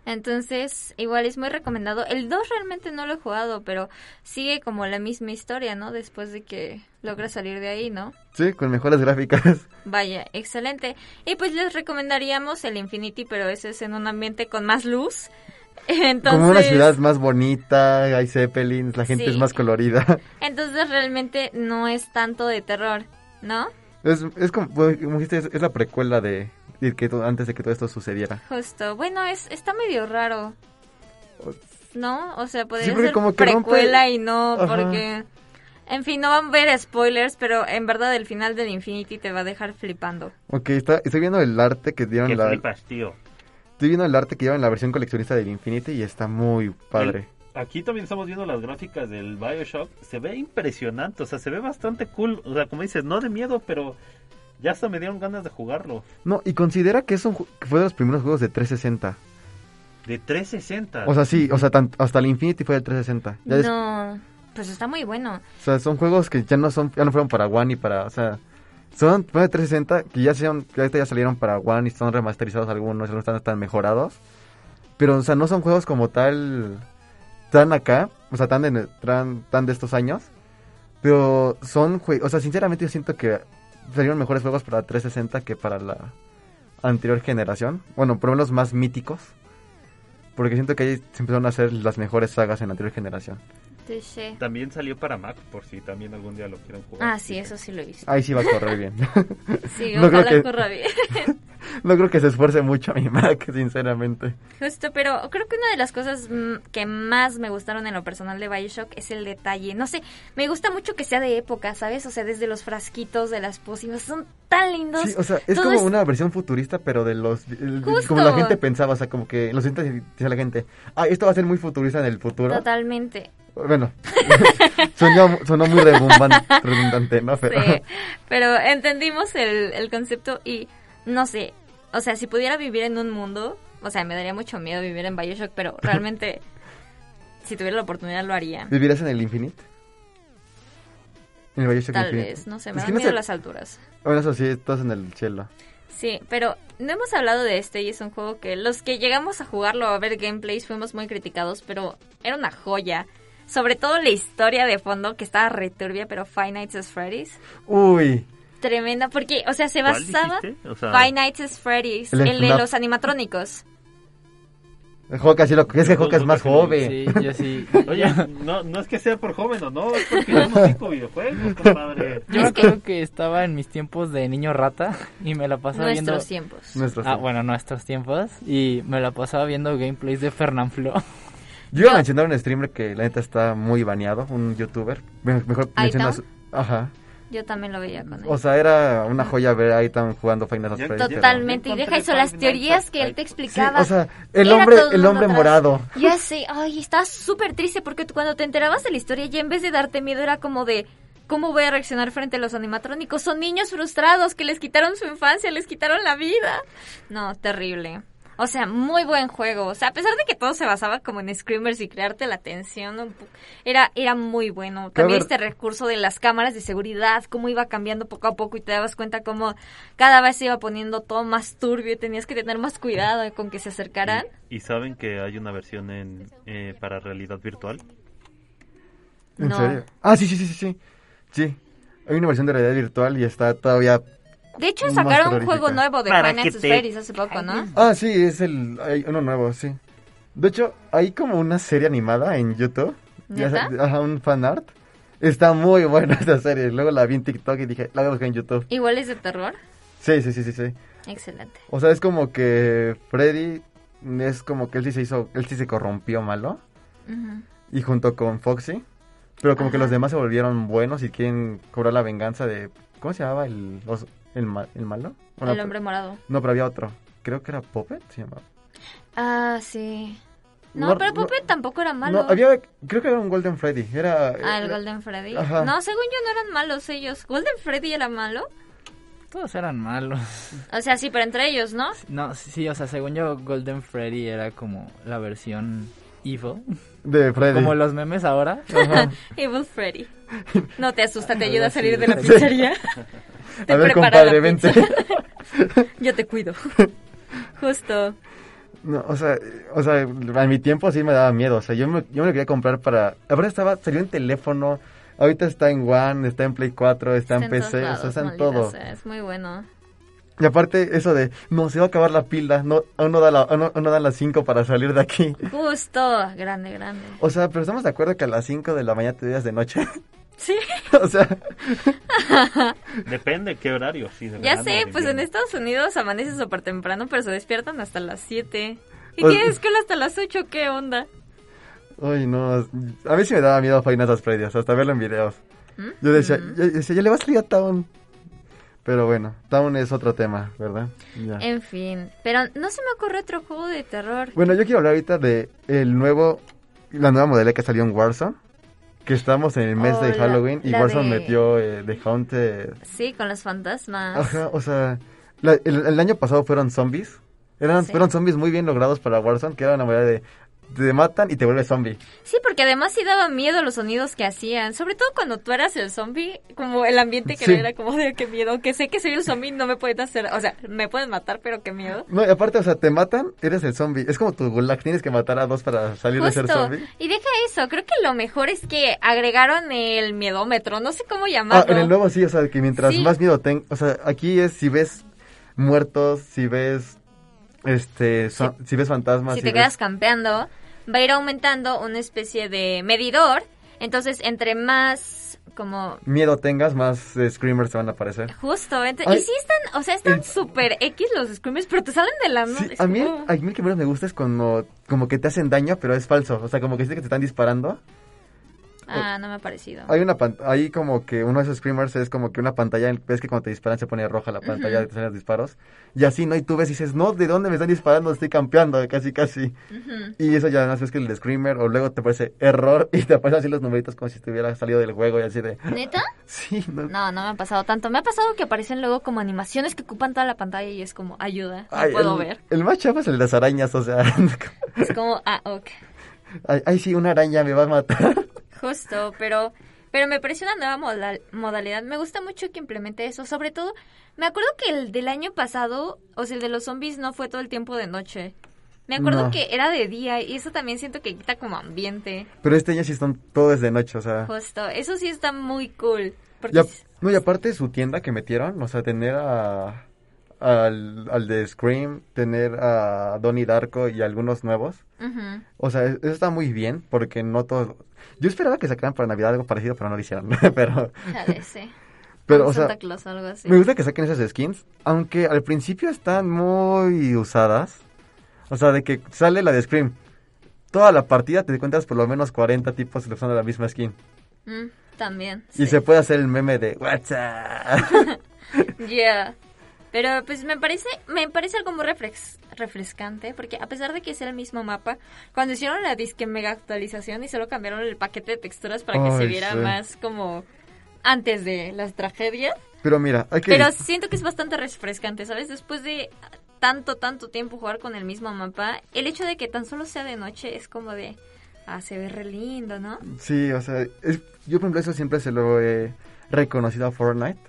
Entonces, igual es muy recomendado. El 2 realmente no lo he jugado, pero sigue como la misma historia, ¿no? Después de que logra salir de ahí, ¿no? Sí, con mejores gráficas. Vaya, excelente. Y pues les recomendaríamos el Infinity, pero ese es en un ambiente con más luz. [laughs] Entonces, Como una ciudad más bonita, hay zeppelins, la gente Sí. es más colorida. [laughs] Entonces realmente no es tanto de terror, ¿no? Es, es como, bueno, como dijiste, es, es la precuela de, de que todo- antes de que todo esto sucediera. Justo. Bueno, es está medio raro. ¿No? O sea, podría porque ser como que rompe- precuela y no, Ajá. porque... En fin, no van a ver spoilers, pero en verdad el final del Infinity te va a dejar flipando. Ok, está, estoy viendo el arte que dieron Que la... flipas, tío. Estoy viendo el arte que llevan en la versión coleccionista del Infinity y está muy padre. Aquí también estamos viendo las gráficas del Bioshock. Se ve impresionante, o sea, se ve bastante cool. O sea, como dices, no de miedo, pero ya hasta me dieron ganas de jugarlo. No, y considera que, es un ju- que fue de los primeros juegos de 360. De 360. O sea, sí, o sea, tan- hasta el Infinity fue de 360. Ya des- No, pues está muy bueno. O sea, son juegos que ya no son, ya no fueron para One y para, o sea, son fueron de 360 que ya sean, que ahorita ya salieron para One y son remasterizados algunos, algunos están tan mejorados. Pero, o sea, no son juegos como tal tan acá, o sea, tan de, tan, tan de estos años. Pero son jue- o sea, sinceramente yo siento que salieron mejores juegos para 360 que para la anterior generación. Bueno, por lo menos más míticos. Porque siento que ahí se empezaron a hacer las mejores sagas en la anterior generación. Touché. También salió para Mac, por si también algún día lo quieren jugar. Ah, sí, eso sí lo hice. Ahí sí va a correr bien. Sí, Ah, No creo ojalá que- corra bien. [laughs] No creo que se esfuerce mucho mi Mac, sinceramente. Justo, pero creo que una de las cosas mm, que más me gustaron en lo personal de Bioshock es el detalle. No sé, me gusta mucho que sea de época, ¿sabes? O sea, desde los frasquitos de las pócimas, son tan lindos. Sí, o sea, es Todo como una versión futurista, pero de los... el- Justo. como la gente pensaba, o sea, como que los sientes y dice la gente, ah, esto va a ser muy futurista en el futuro. Totalmente. [laughs] Bueno, [laughs] sonó, sonó muy rebumban- redundante, ¿no? Pero, [laughs] Sí, pero entendimos el, el concepto y no sé, o sea, si pudiera vivir en un mundo, o sea, me daría mucho miedo vivir en Bioshock, pero realmente si tuviera la oportunidad lo haría. ¿Vivirás en el Infinite? En el Bioshock Tal Infinite. vez, no sé, Es me que dan no miedo sé- las alturas. Bueno, eso sí, estás en el cielo. Sí, pero no hemos hablado de este y es un juego que los que llegamos a jugarlo a ver gameplays fuimos muy criticados, pero era una joya. Sobre todo la historia de fondo que estaba returbia, pero Five Nights at Freddy's. Uy, Tremenda, porque, o sea, se ¿Cuál basaba dijiste? O sea- Five Nights at Freddy's, El el, de de FNAF. los animatrónicos. el Joca sí lo... Es que Joca es más joven. [laughs] Oye, no, no es que sea por joven o no, es [laughs] porque yo no pico videojuegos, compadre. Yo me acuerdo que estaba en mis tiempos de niño rata y me la pasaba viendo... Nuestros tiempos. Nuestros ah, tiempos. bueno, nuestros tiempos. Y me la pasaba viendo gameplays de Fernanfloo. Yo iba a mencionar un streamer que la neta está muy baneado, un youtuber. Me- Mejor ¿Aitam? mencionas... Ajá. Yo también lo veía con él. O sea, era una joya ver a Aitam jugando Final Fantasy. pero- Totalmente, y deja eso, las teorías que él te explicaba. o sea, el Era hombre, el todo mundo hombre atrás. morado. Ya sé, ay, estaba súper triste porque tú cuando te enterabas de la historia ya en vez de darte miedo era como de... ¿Cómo voy a reaccionar frente a los animatrónicos? Son niños frustrados que les quitaron su infancia, les quitaron la vida. No, terrible. O sea, muy buen juego. O sea, a pesar de que todo se basaba como en screamers y crearte la tensión, un po- era, era muy bueno. Pero a También ver- este recurso de las cámaras de seguridad, cómo iba cambiando poco a poco y te dabas cuenta cómo cada vez se iba poniendo todo más turbio y tenías que tener más cuidado con que se acercaran. ¿Y saben que hay una versión en, eh, para realidad virtual? ¿En No. serio? Ah, sí, sí, sí, sí, sí. Sí. Hay una versión de realidad virtual y está todavía... De hecho, más sacaron un terrorífica. juego nuevo de Para Finance que te Fairies hace poco, ¿no? Ah, sí, es el... Hay uno nuevo, sí. De hecho, hay como una serie animada en YouTube. Ya ¿Neta? sa- Ajá, un fan art. Está muy buena [laughs] esa serie. Luego la vi en TikTok y dije, la voy a buscar en YouTube. Igual es de terror. Sí, sí, sí, sí, sí. Excelente. O sea, es como que Freddy es como que él sí se hizo, él sí se corrompió malo Ujú. y junto con Foxy, pero como que Ajá. los demás se volvieron buenos y quieren cobrar la venganza de ¿cómo se llamaba el los- el, ma- el malo? Bueno, El hombre morado. No, pero había otro. Creo que era Puppet, se llamaba. Ah, sí. No, No, pero no- Puppet tampoco era malo. No, había creo que era un Golden Freddy, era Ah, el era- Golden Freddy. Ajá. No, según yo no eran malos ellos. ¿Golden Freddy era malo? Todos eran malos. O sea, sí, pero entre ellos, ¿no? No, sí, o sea, según yo, Golden Freddy era como la versión evil. De Freddy. Como los memes ahora. [laughs] [laughs] Evil Freddy. No te asusta, te ayuda a Algo salir así. de la Sí. pizzería. A [laughs] Te ver, prepara la compadre, vente. [laughs] pizza. Yo te cuido. Justo. No, o sea, o sea, a mi tiempo sí me daba miedo. O sea, yo me, yo me lo quería comprar para. Ahora estaba, salió en teléfono. Ahorita está en One, está en Play 4, está, en todos PC, o lados, sea, está en maldita todo. sea, es muy bueno. Y aparte, eso de, no, se va a acabar la pila, no, aún no, da la, aún no- aún no dan las 5 para salir de aquí. Justo. Grande, grande. O sea, pero estamos de acuerdo que a las 5 de la mañana te veías de noche. [laughs] Sí. o sea, Depende qué horario. Si de Ya verano o sé, de pues en invierno. Estados Unidos amanece súper temprano, pero se despiertan hasta las 7. ¿Y O- tienes escuela hasta las 8? ¿Qué onda? uy, no. A mí sí me daba miedo Final Fantasy Freddy's, hasta verlo en videos. ¿Mm? Yo decía, yo decía, ya le vas a salir a Town. Pero bueno, Town es otro tema, ¿verdad? Ya. En fin, pero no se me ocurre otro juego de terror. Bueno, yo quiero hablar ahorita de el nuevo, la nueva modalidad que salió en Warzone, que estamos en el mes Oh, de la- Halloween y la Warzone de- metió eh, The Haunted. Sí, con los fantasmas. [laughs] Ajá, o sea, la- el, el año pasado fueron zombies, eran Sí. Ah, fueron zombies muy bien logrados para Warzone, que era una modalidad de te matan y te vuelves zombie. Sí, porque además sí daba miedo los sonidos que hacían. Sobre todo cuando tú eras el zombie, como el ambiente que Sí. era como de qué miedo. Que sé que soy un zombie, no me pueden hacer. O sea, me pueden matar, pero qué miedo. No, y aparte, o sea, te matan, eres el zombie. Es como tu gulag, tienes que matar a dos para salir de ser Justo. zombie. Y deja eso. Creo que lo mejor es que agregaron el miedómetro. No sé cómo Ah, llamarlo. en el nuevo sí, o sea, que mientras Sí. más miedo tengas, o sea, aquí es si ves muertos, si ves, este, so- si ves fantasmas. si te ves- quedas campeando, va a ir aumentando una especie de medidor. Entonces, entre más como miedo tengas, más eh, screamers te van a aparecer. justo, entre- Ay. y sí están, o sea, están súper X los screamers, pero te salen de la Sí, a mí, a mí el que menos me gusta es cuando como que te hacen daño, pero es falso. O sea, como que sí que te están disparando. Ah, no me ha parecido. Hay una pan- hay como que uno de esos screamers es como que una pantalla, ves que cuando te disparan se pone roja la pantalla, Ujú. te salen los disparos. Y así, ¿no? Y tú ves y dices, no, ¿de dónde me están disparando? Estoy campeando, casi, casi. Ujú. Y eso ya además ves que el de screamer, o luego te parece error [laughs] y te aparecen así los numeritos como si estuviera salido del juego y así de... ¿Neta? Sí, no. No, no me ha pasado tanto. Me ha pasado que aparecen luego como animaciones que ocupan toda la pantalla y es como, ayuda, no Ay, puedo el, ver. el más chapa es el de las arañas, o sea, [laughs] Es como, ah, ok. ay, ay, sí, una araña me va a matar. Justo, pero pero me pareció una nueva moda- modalidad. Me gusta mucho que implemente eso. Sobre todo, me acuerdo que el del año pasado, o sea, el de los zombies no fue todo el tiempo de noche. Me acuerdo No. que era de día y eso también siento que quita como ambiente. Pero este año sí están todo desde noche, o sea... Justo, eso sí está muy cool. Porque Y ap- no, y aparte su tienda que metieron, o sea, tener a, al, al de Scream, tener a Donnie Darko y algunos nuevos. Ujú. O sea, eso está muy bien porque no todos... Yo esperaba que sacaran para Navidad algo parecido, pero no lo hicieron. [laughs] pero, Chale, sí. [laughs] pero Un o sea, Santa Claus o algo así. me gusta que saquen esas skins, aunque al principio están muy usadas. O sea, de que sale la de Scream. Toda la partida te encuentras por lo menos 40 tipos usando la misma skin. Mm, también. Y se puede hacer el meme de WhatsApp. [laughs] Yeah. Pero pues me parece, me parece algo muy reflex- refrescante, porque a pesar de que es el mismo mapa, cuando hicieron la disque mega actualización y solo cambiaron el paquete de texturas para que se Ay, viera sí. más como antes de las tragedias, Pero mira, hay que... pero siento que es bastante refrescante, ¿sabes? Después de tanto, tanto tiempo jugar con el mismo mapa, el hecho de que tan solo sea de noche es como de, ah, se ve re lindo, ¿no? [laughs] Sí, o sea, es- yo por ejemplo eso siempre se lo he reconocido a Fortnite,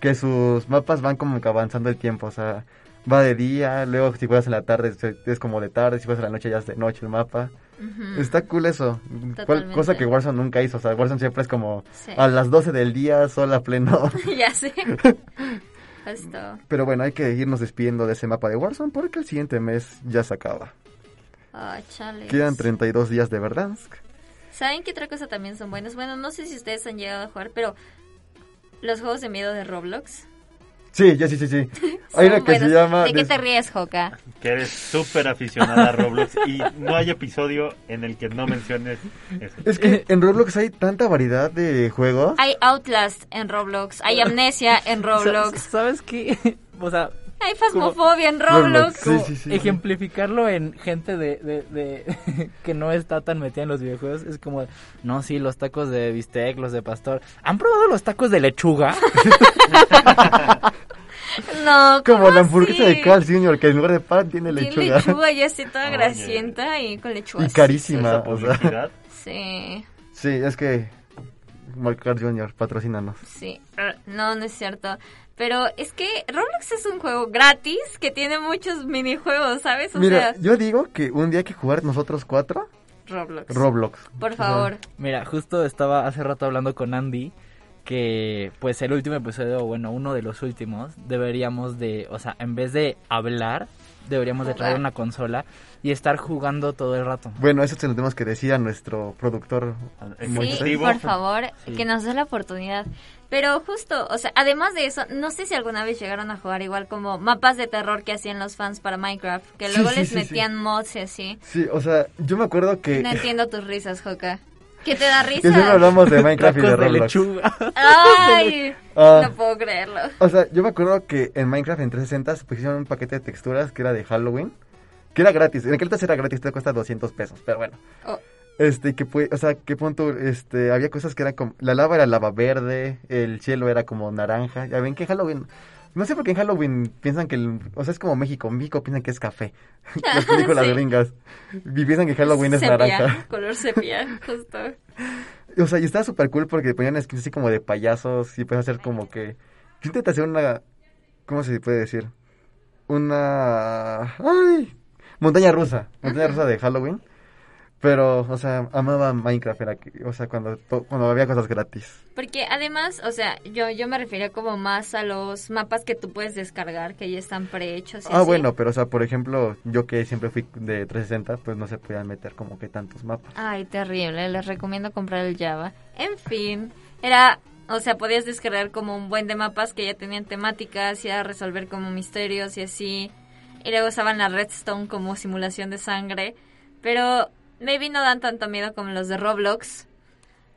que sus mapas van como que avanzando el tiempo, o sea, va de día, luego si juegas en la tarde se- es como de tarde, si juegas en la noche ya es de noche el mapa. Ujú. Está cool eso, cual- Totalmente. cosa que Warzone nunca hizo, o sea, Warzone siempre es como Sí. a las 12 del día, sol a pleno. [laughs] ya sé. Justo. Pero bueno, hay que irnos despidiendo de ese mapa de Warzone porque el siguiente mes ya se acaba. Ah, chale. Quedan 32 días de verdad. ¿Saben qué otra cosa también son buenos? Bueno, no sé si ustedes han llegado a jugar, pero los juegos de miedo de Roblox. Sí, ya sí, sí, [laughs] sí. son Hay una que se buenos. llama... ¿De qué des- te ríes, Joka? Que eres súper aficionada a Roblox y no hay episodio en el que no menciones eso. Es que en Roblox hay tanta variedad de juegos. Hay Outlast en Roblox, hay Amnesia [laughs] en Roblox, ¿Sabes qué? [laughs] O sea, hay Fasmofobia en Roblox. como sí, sí. Ejemplificarlo en gente de, de- de- [laughs] que no está tan metida en los videojuegos es como, no, sí, los tacos de bistec, los de pastor. ¿Han probado los tacos de lechuga? [laughs] No, ¿cómo [laughs] Como la hamburguesa así? de Carl Jr., que en lugar de pan tiene Tiene lechuga. lechuga ya así toda grasienta y con [laughs] lechuga. Y así, carísima, o sea. Sí, Sí, es que. Mark Carl Jr., patrocínanos. sí. Ah, No, no es cierto. Pero es que Roblox es un juego gratis que tiene muchos minijuegos, ¿sabes? O Mira, sea, yo digo que un día hay que jugar nosotros cuatro Roblox. Roblox. Por favor. Mira, justo estaba hace rato hablando con Andy que pues el último episodio, o bueno, uno de los últimos, deberíamos de, o sea, en vez de hablar, deberíamos de traer Jugar. una consola y estar jugando todo el rato. Bueno, eso se lo tenemos que decir a nuestro productor. Ah, Sí, Moisés. por favor, Sí. que nos dé la oportunidad. Pero justo, o sea, además de eso, no sé si alguna vez llegaron a jugar igual como mapas de terror que hacían los fans para Minecraft, que Sí, luego sí, les sí, metían mods y así. Sí, o sea, yo me acuerdo [laughs] que. No entiendo tus risas, Joka. ¿Qué [laughs] te da que risa? siempre hablamos de Minecraft y de Tacos de Roblox. Ay, Ah. no puedo creerlo. O sea, yo me acuerdo que en Minecraft en 360 pues, hicieron un paquete de texturas que era de Halloween, que era gratis. En aquel entonces era gratis, te cuesta 200 pesos, pero bueno. Oh. Este, que fue, o sea, qué punto, este, había cosas que eran como, la lava era lava verde, el cielo era como naranja. Ya ven que Halloween, No sé por qué en Halloween piensan que, el- o sea, es como México, en México piensan que es café. [laughs] [laughs] Las películas Sí. gringas. Y piensan que Halloween es Sepia, naranja. [laughs] color sepia, justo. O sea, y estaba súper cool porque ponían skins así como de payasos y puedes hacer como que... Yo intenté hacer una... ¿Cómo se puede decir? Una... ¡Ay! Montaña rusa. Montaña rusa de Halloween. Pero, o sea, amaba Minecraft. Era, que- o sea, cuando, to- cuando había cosas gratis. Porque además, o sea, yo, yo me refería como más a los mapas que tú puedes descargar, que ya están prehechos. y ah, así. bueno, pero, o sea, por ejemplo, yo que siempre fui de 360, pues no se podían meter como que tantos mapas. Ay, terrible, les recomiendo comprar el Java. En fin, era, o sea, podías descargar como un buen de mapas que ya tenían temáticas, y a resolver como misterios y así. Y luego usaban la Redstone como simulación de sangre. Pero maybe no dan tanto miedo como los de Roblox.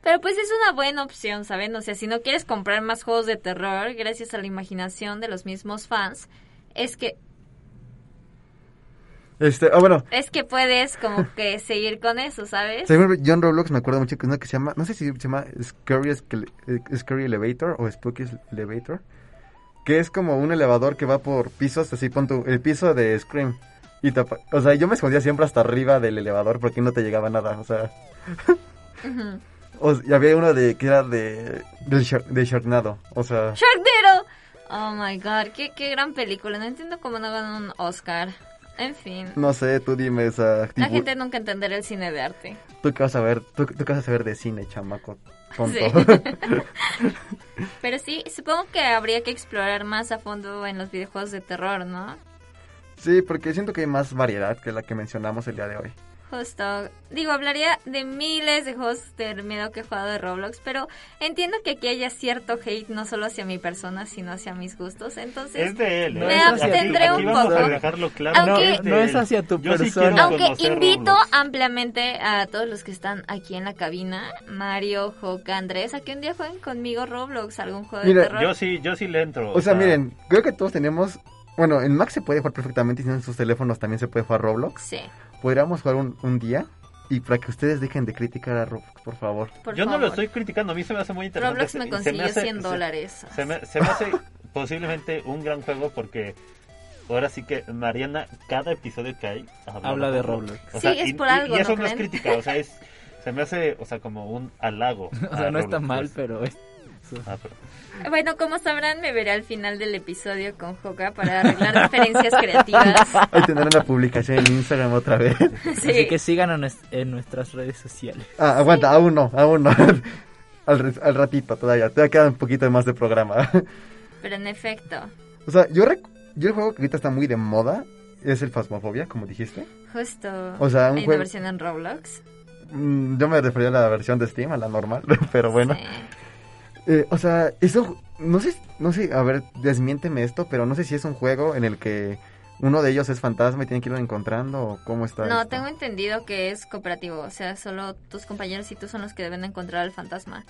Pero pues es una buena opción, ¿saben? O sea, si no quieres comprar más juegos de terror, gracias a la imaginación de los mismos fans, es que Este, ah, bueno, es que puedes como que seguir con eso, ¿sabes? Según John Roblox, me acuerdo mucho que uno que se llama, no sé si se llama Scary, Escal- eh, Scary Elevator o Spooky Elevator, que es como un elevador que va por pisos, así pon tu, el piso de Scream. Y te apa- o sea, yo me escondía siempre hasta arriba del elevador porque no te llegaba nada, o sea. Ujú. [laughs] o- y había uno de, que era de, del Shar- de Sharknado, o sea. Sharknado. Oh my god, qué, qué gran película. No entiendo cómo no ganó un Oscar. En fin, No sé, tú dime esa la actitud. gente nunca entenderá el cine de arte. ¿Tú qué vas a ver? ¿Tú, tú qué vas a ver de cine, chamaco? Tonto. [laughs] Sí. Pero sí, supongo que habría que explorar más a fondo en los videojuegos de terror, ¿no? sí, porque siento que hay más variedad que la que mencionamos el día de hoy. Justo. Digo, hablaría de miles de juegos de miedo que he jugado de Roblox, pero entiendo que aquí haya cierto hate no solo hacia mi persona, sino hacia mis gustos. Entonces, Es de él, ¿eh? me Es hacia ti. abstendré Aquí un vamos a poco. dejarlo claro, Aunque- no es de No es él. hacia tu Yo sí persona. quiero Aunque conocer invito Roblox. ampliamente a todos los que están aquí en la cabina, Mario, Joca, Andrés, a que un día jueguen conmigo Roblox, algún juego de terror. yo sí, yo sí le entro. O sea, miren, creo que todos tenemos. Bueno, en Mac se puede jugar perfectamente y en sus teléfonos también se puede jugar Roblox. Sí. Podríamos jugar un, un día y para que ustedes dejen de criticar a Roblox, por favor. Por yo no favor. lo estoy criticando, a mí se me hace muy interesante. Roblox Se- me se consiguió hace- 100 se- dólares. Se, me, se me hace posiblemente un gran juego porque ahora sí que Mariana, cada episodio que hay Habla de Roblox. Sí, es por algo, Y eso ¿no no, es creen? crítica, o sea, es, se me hace, o sea, como un halago. O sea, a no está Roblox, mal, pues. pero... es- Ah, pero- Bueno, como sabrán, me veré al final del episodio con Joca para arreglar diferencias creativas. [laughs] Ahí tendrán la publicación en Instagram otra [laughs] vez. Sí. Así que sigan a nues- en nuestras redes sociales. Ah, aguanta, aún no, aún no. [laughs] Al, re- al ratito todavía, todavía queda un poquito más de programa. [laughs] Pero en efecto, O sea, yo, rec- yo el juego que ahorita está muy de moda es el Phasmophobia, como dijiste. justo O sea, un hay una juego- versión en Roblox. Mm, Yo me refería a la versión de Steam, a la normal, [laughs] pero bueno. Eh, o sea, eso, no sé, no sé, a ver, desmiénteme esto, pero no sé si es un juego en el que uno de ellos es fantasma y tienen que irlo encontrando o cómo está. No, esto. tengo entendido que es cooperativo, o sea, solo tus compañeros y tú son los que deben encontrar al fantasma.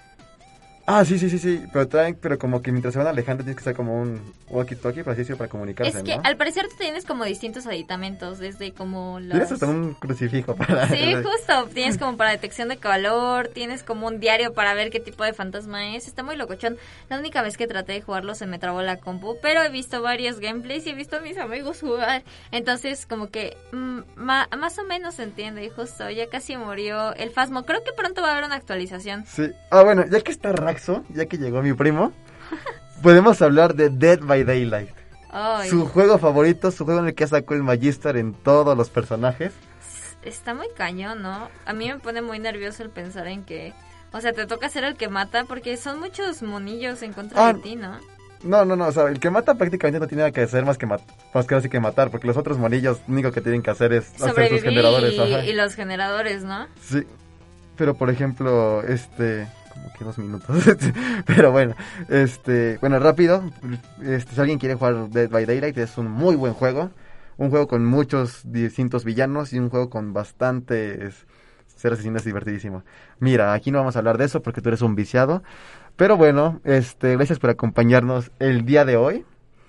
Ah, sí, sí, sí, sí, pero traen, pero como que mientras se van alejando tienes que estar como un walkie-talkie, por así decirlo, para comunicarse, Es que ¿no? al parecer tú tienes como distintos aditamentos, desde como los... Tienes hasta un crucifijo para... [laughs] Sí, justo. Tienes como para detección de calor, tienes como un diario para ver qué tipo de fantasma es. Está muy locochón. La única vez que traté de jugarlo se me trabó la compu, pero he visto varios gameplays y he visto a mis amigos jugar. Entonces, como que mm, ma- más o menos se entiende. Y justo, ya casi murió el Fasmo. Creo que pronto va a haber una actualización. Sí. Ah, bueno, ya que está Raxo, ya que llegó mi primo, [laughs] podemos hablar de Dead by Daylight. Ay, Su juego favorito, su juego en el que sacó el Magister en todos los personajes. Está muy cañón, ¿no? A mí me pone muy nervioso el pensar en que... O sea, te toca ser el que mata porque son muchos monillos en contra Ah, de ti, ¿no? No, no, no, o sea, el que mata prácticamente no tiene nada que hacer más que, mat- más que, así que matar, porque los otros monillos lo único que tienen que hacer es hacer sus Sobrevivir generadores. ajá. y, y los generadores, ¿no? Sí, pero por ejemplo, este, como que dos minutos, [laughs] pero bueno, este, bueno, rápido, este, si alguien quiere jugar Dead by Daylight es un muy buen juego, un juego con muchos distintos villanos y un juego con bastantes ser asesino es divertidísimo. Mira, aquí no vamos a hablar de eso porque tú eres un viciado, pero bueno, este, gracias por acompañarnos el día de hoy.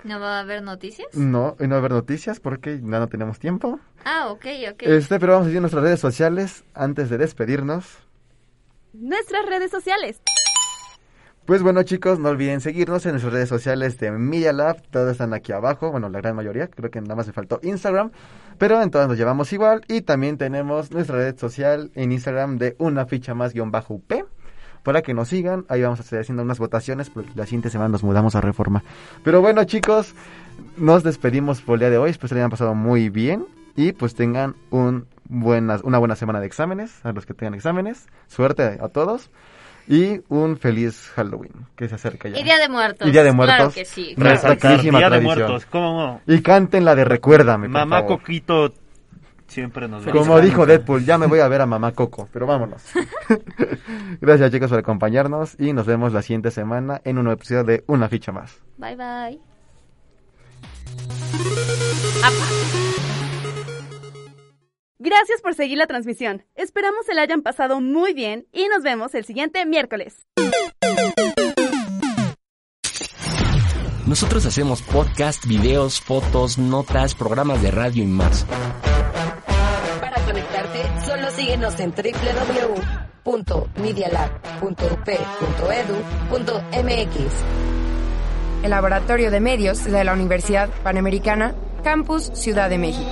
¿No va a haber noticias? No, hoy no va a haber noticias porque ya no tenemos tiempo. Ah, ok, ok. Este, pero vamos a decir nuestras redes sociales antes de despedirnos. Nuestras redes sociales. Pues bueno chicos, no olviden seguirnos en nuestras redes sociales de Media Lab, todas están aquí abajo, bueno la gran mayoría, creo que nada más me faltó Instagram, pero en todas nos llevamos igual y también tenemos nuestra red social en Instagram de una ficha más guión bajo UP para que nos sigan, ahí vamos a estar haciendo unas votaciones porque la siguiente semana nos mudamos a Reforma. Pero bueno chicos, nos despedimos por el día de hoy, espero que hayan pasado muy bien y pues tengan un buenas, una buena semana de exámenes, a los que tengan exámenes, suerte a todos. Y un feliz Halloween, que se acerca ya. Y Día de Muertos. Y Día de Muertos. Claro que sí. nuestra Resaltar, queridísima Día de tradición. Muertos, ¿cómo? Y canten la de Recuérdame, por Mamá favor. Coquito siempre nos va a Como ayudar. dijo Deadpool, ya me voy a ver a Mamá Coco, pero [laughs] vámonos. Gracias chicos por acompañarnos y nos vemos la siguiente semana en un nuevo episodio de Una ficha más. Bye bye. Gracias por seguir la transmisión. Esperamos se la hayan pasado muy bien y nos vemos el siguiente miércoles. Nosotros hacemos podcast, videos, fotos, notas, programas de radio y más. Para conectarte, solo síguenos en www.medialab.up.edu.mx. El Laboratorio de Medios de la Universidad Panamericana, Campus Ciudad de México.